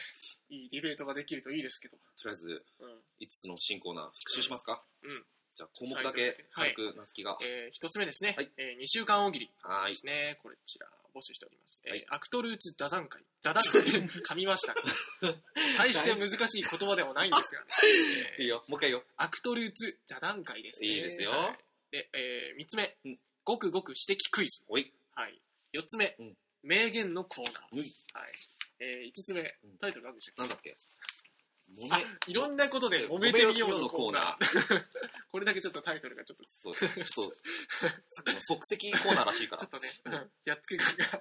いいディベートができるといいですけど。
とりあえず
うん。
5つの新コーナー復習しますか、
うん
じゃあ項目だけ
は
軽
い
く夏希が
えー、1つ目ですね、
はい
えー、2週間大喜利
はー
で
い
すね、こちら募集しております。えー
はい
アクトルーツ座談会、座談会、噛みま した。大して難しい言葉でもないんですがね、えー
いいよもう一回よ
アクトルーツ座談会ですね。
いいですよ
はいで、えー、3つ目、
うん
ごくごく指摘クイズ。
おい
はい。4つ目、
うん
名言のコーナー。
うん
はい。えー、5つ目、タイトル何でしたっけ
なんだっけも
あ、いろんなことで揉めてみようのコーナー。
ー
これだけちょっとタイトルがちょっと、
そうちょっとさっきの即席コーナーらしいか
ちょ
ら
っとね、うんやっつけ感が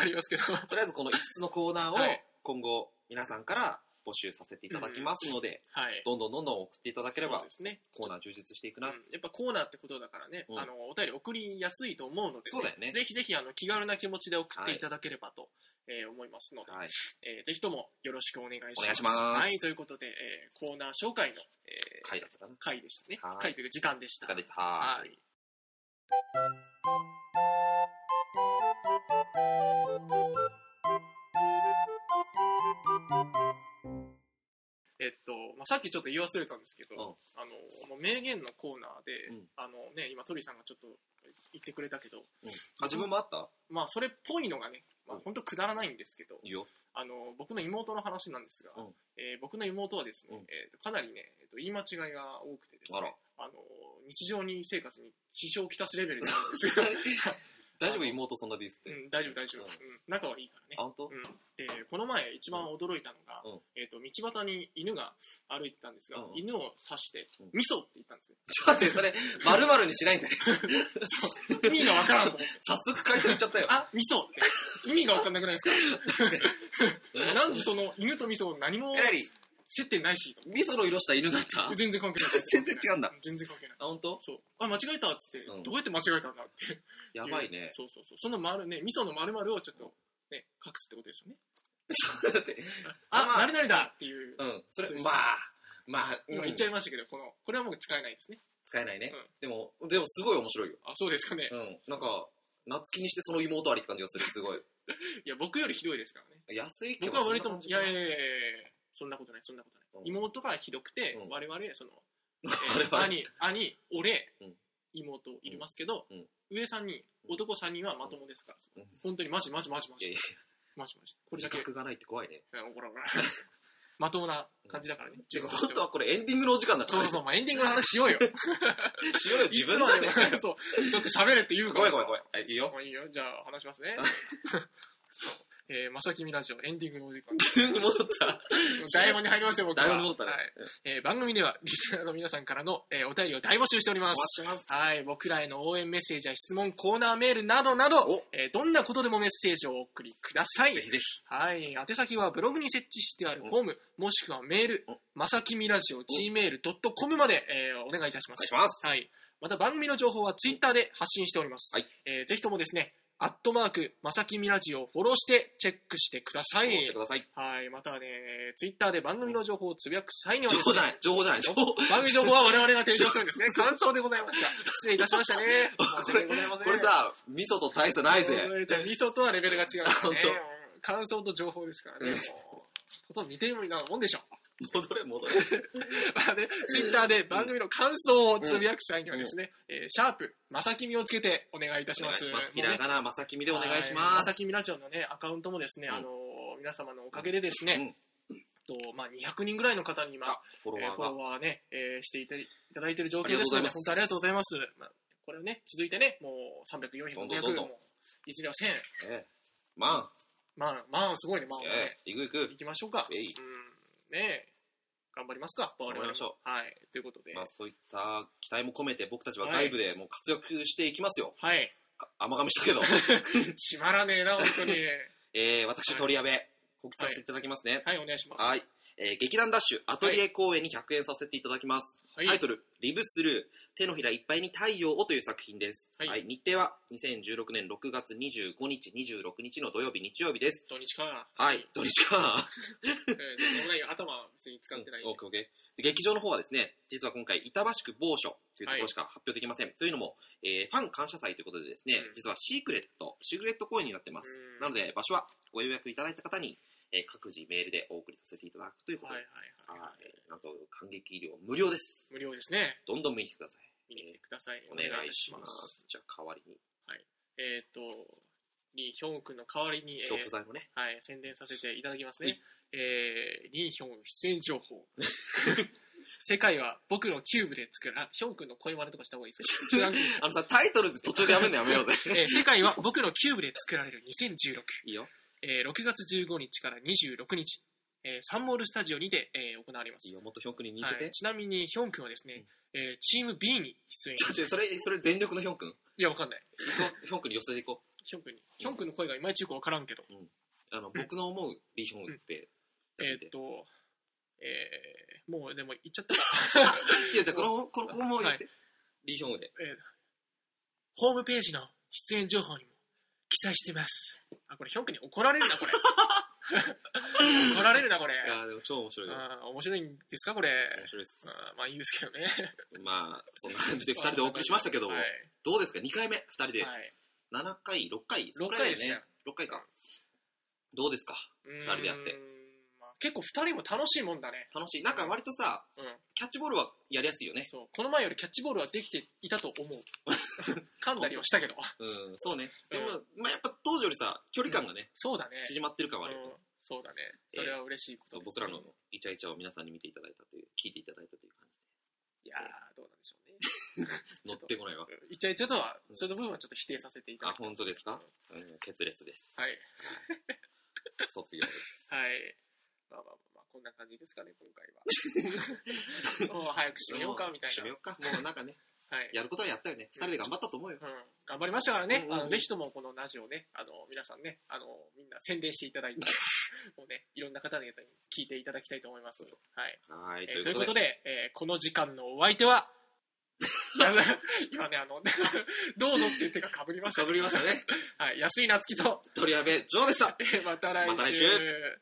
ありますけど。
とりあえずこの5つのコーナーを
はい
今後皆さんから募集させていただきますので、
はい。
どんどんどんどん送っていただけれ
そう
ば
ですね。
コーナー充実していく
うん
な、
やっぱコーナーってことだからね、
うん
あのお便り送りやすいと思うので、
そうだよね
ぜひぜひあの気軽な気持ちで送っていただければと、えー思いますので、
はい、
えーぜひともよろしくお願いします。
お願いします
はい、ということで、えーコーナー紹介の、えー
回だったかな
回でしたね
はい。
回というか時間でし
い
た。
かがでしたは
はいい。えっと、まあ、さっきちょっと言い忘れたんですけど、
うん
あの、もう名言のコーナーで、
うん
あのね、今鳥さんがちょっと言ってくれたけど、
うんあ自分もあった
まあ、それっぽいのがね、まあ
うん、
本当くだらないんですけど、
いいよ
あの僕の妹の話なんですが、
うん
えー僕の妹はですね、
うん
えーとかなりね、えーと言い間違いが多くてです
あら
ねあの日常に生活に支障をきたすレベ ルなんです けど、
大丈夫妹そんなディスって、
うん、大丈夫大丈夫、
う
うんん仲はいいからね、
あ本当、
うん、でこの前一番驚いたのが、
うん
えー、と道端に犬が歩いてたんですが、
うん
犬を刺して
うん
「味噌」って言ったんですね
ちょっと待ってそれ丸々にしないんだよ
意味がわからんと思って
早速回答言っちゃったよ
あ味噌って意味がわかんなくないです かなんでその犬と味噌何も
えらり
接点ないしと
味噌の色した犬だったあ
全然関係ない
全然違うんだ
全然関係ない
本当
そうあ間違えたっつって、
うん
どうやって間違えたんだっていう
やばいね
そうそうそうその丸ね味噌の丸々をちょっとね隠すってことですよね
だって
あ、
まあ
なになにだっていう、
うんそれまあまあ、うん
今言っちゃいましたけどこのこれはもう使えないですね
使えないね
うん、
でもでもすごい面白いよ
あそうですかね、
うんなんか夏希にしてその妹ありって感じがするすごい
いや僕よりひどいですからね
安いけど
僕は割と
そんな感
い
じか
や
ない
や いやいやいやそんなことないそんなことない、
うん
妹がひどくて、
うん
我々その、
我
えー
々
兄兄俺、
うん
妹いりますけど、
うん
上3人男3人はまともですから、
うん
本当にマジマジマジマ
いやい
ジ
や
マジマジこ
これ
れだ
自
け
覚がないって怖いね
うんほらほら。まともな感じだからね。
てか本当はこれエンディングのお時間だか
そ
ら
う
ね
そうそう、まあ、エンディングの話しようよ。
しようよ自 分だね
いつまでも そう。だって喋れって言うか
ご
ら。
めんごめんごめんはいいいよ
まあいいよ、じゃあ話しますね。 えー、まさきみラジオエンディングのお時間。
戻った
台本に入りましたよ、僕は。
だいぶ戻ったね
はい
うん
えー番組では、リスナーの皆さんからの、えーお便りを大募集しておりま
回
す。
します
はい、僕らへの応援メッセージや質問、コーナーメールなどなど
お、
えーどんなことでもメッセージをお送りください。
ぜひぜひ
はい、宛先はブログに設置してある
うん
フォーム、もしくはメール
うん、
まさきみラジオ gmail.com まで、えーお願いいたしま
お願
す
いし。ます
はい。また番組の情報はツイッターで発信しております。
はい
えーぜひともですね、アットマーク、まさきみラジオをフォローしてチェックしてくださ
戻して
い
く。ださい
はい。またね、ツイッターで番組の情報をつぶやく際には
情
です
報
ね
じゃない情報じゃない情報
番組情報は我々が提供するんですね。感想でございました。失礼いたしましたね。申し訳ございません
これ、さ味噌と大差 ないぜ
うんじゃあ味噌とはレベルが違うからね
本当
感想と情報ですからね。もうほとんど似てるようなもんでしょ。
戻れ、戻れ。
まあね、ツイッターで番組の感想をつぶやく際にはですね、えーシャープ、まさきみをつけてお願いいたし
お
ま
願い
す。
します。ひ
もう
ら
ね
がな、まさきみでお願いし
は
ま
まさ
す。
きみラジオのね、アカウントもですね、
うん
あのー皆様のおかげでですね、とまあ、200人ぐらいの方に今、
フォロ
えー
ワー
フォ
が
ロ。ワーね、えーしていたいただいている状況ですので、
ありがとうございます
本当ありがとうございます。まあ、これをね、続いてね、もう300、400、
どんどんどん
500、
どん
もういずれは1000、
ええま
まあ、まあ、すごいね、まあ
あ、
ね、
ええ、いくいく
行。きましょうか。
えい
うん、ねえ頑張りますか、我々も
頑張りましょ
はい、ということで。
まあ、そういった期待も込めて、僕たちは外部でもう活躍していきますよ。
はい。
甘噛みしたけど。
閉まらねえな、本当に。
えー、私、鳥矢部、告知させていただきますね。
はい、お願いします。
はい。えー劇団ダッシュ、アトリエ公演に100円させていただきます。
はい。
タイトル、リブスルー、手のひらいっぱいに太陽をという作品です。
は
はいい。日程は2016年6月25日、26日の土曜日、日曜日です。
土日か。
はい。土日か。
えーでもないよ頭は別に使ってないんで。
うんオーケーオーケーで劇場の方はですね、実は今回、板橋区某所というところしか発表できません。というのも、えーファン感謝祭ということでですね、
うん
実はシークレット、シークレット公演になってます。
うん
なので、場所はご予約いただいた方に、えー各自メールでお送りさせていただくというこ
は
と
い
で、
はい
は
はいいはい。
なんと、感激医療無料です。
無料ですね。
どんどん見に来てください。
見に来てください。
お願いします。
お願いいた
じゃあ、代わりに、
えっ、と、リン・ヒョン君の代わりに、えー
恐怖剤もね、
はい、宣伝させていただきます
は
ね。えー、リン・ヒョン出演情報。 世界は僕のキューブで作る。あ、ヒョン君の声真似とかした方がいいですよ。知らんけど
あのさ、タイトルで途中でやめるのやめ ようぜ。
えー世界は僕のキューブで作られる2016。
いいよ。
えー6月15日から26日、えーサンモールスタジオにて、えー行われま
い
す
い。よ、もっとヒョン君に似せ
は
て。
い、ちなみにヒョン君はですね、えーチーム B に出演
ちょっと待ってそれ、それ全力のヒョン君。
いや、わかんない。
ヒョン君に寄せていこう。
ヒョン君に。ヒョン君の声がいまいちよくわからんけど。
あの、僕の思うリヒョンウって、
えーっと、えーもうでも言っちゃった。
いや、じゃあこの、この、このもう言って、リヒョンウで。
ホームページの出演情報にも記載してます。あ、これヒョン君に怒られるな、 これ。怒られるな、これ。
いや、でも超面白いよ。
あー面白いんですか、これ。
面白いです。
あーまあいいですけどね。
まあ、そんな感じで2人でお送りしましたけども
は、い。
どうですか ?2 回目、2人で
は。い
7回、6回、
6回ですね。
6回か。どうですか
二
人でやって。
まあ、結構二人も楽しいもんだね。
楽しい。なんか割とさ、
うん。
キャッチボールはやりやすいよね。
そう。この前よりキャッチボールはできていたと思 う。噛んだりはしたけど。
うん、そうね。
う
で
ん
も、まあやっぱ当時よりさ、距離感がね、
そうだね。
縮まってる感はあるよ
うん
ね。
そうだね。それは嬉しいこと
そう、
です、
僕らのイチャイチャを皆さんに見ていただいたという、聞いていただいたという感
いやー、どうなんでしょうね。
じで。乗ってこないわ。
いっちゃいちゃとは、その部分はちょっと否定させていただ
あ、
きま
本当ですかうん、決裂です。
す。はい。
卒業です。
はい。まあまあまあまあ、こんな感じですかね、今 回は。もう 早く締めようか、みたい
締
な
め。ようか。 もうなんかね、
はい。
やることはやったよね。二人で頑張ったと思うよ。
うん、頑張りましたからね、
うんうん
あのぜひともこのラジオね、あの皆さんね、あのみんな宣伝していただ いて、もうね、いろんな方々に聞いていただきたいと思います。はい
はい、
えーということで、えーこの時間のお相手は、 今ね、あの、 どうぞっていう手がかぶりました、
かぶりましたね。
はい、安井夏樹と、
鳥矢部ジョーでした。
えーまた来
また来
週
週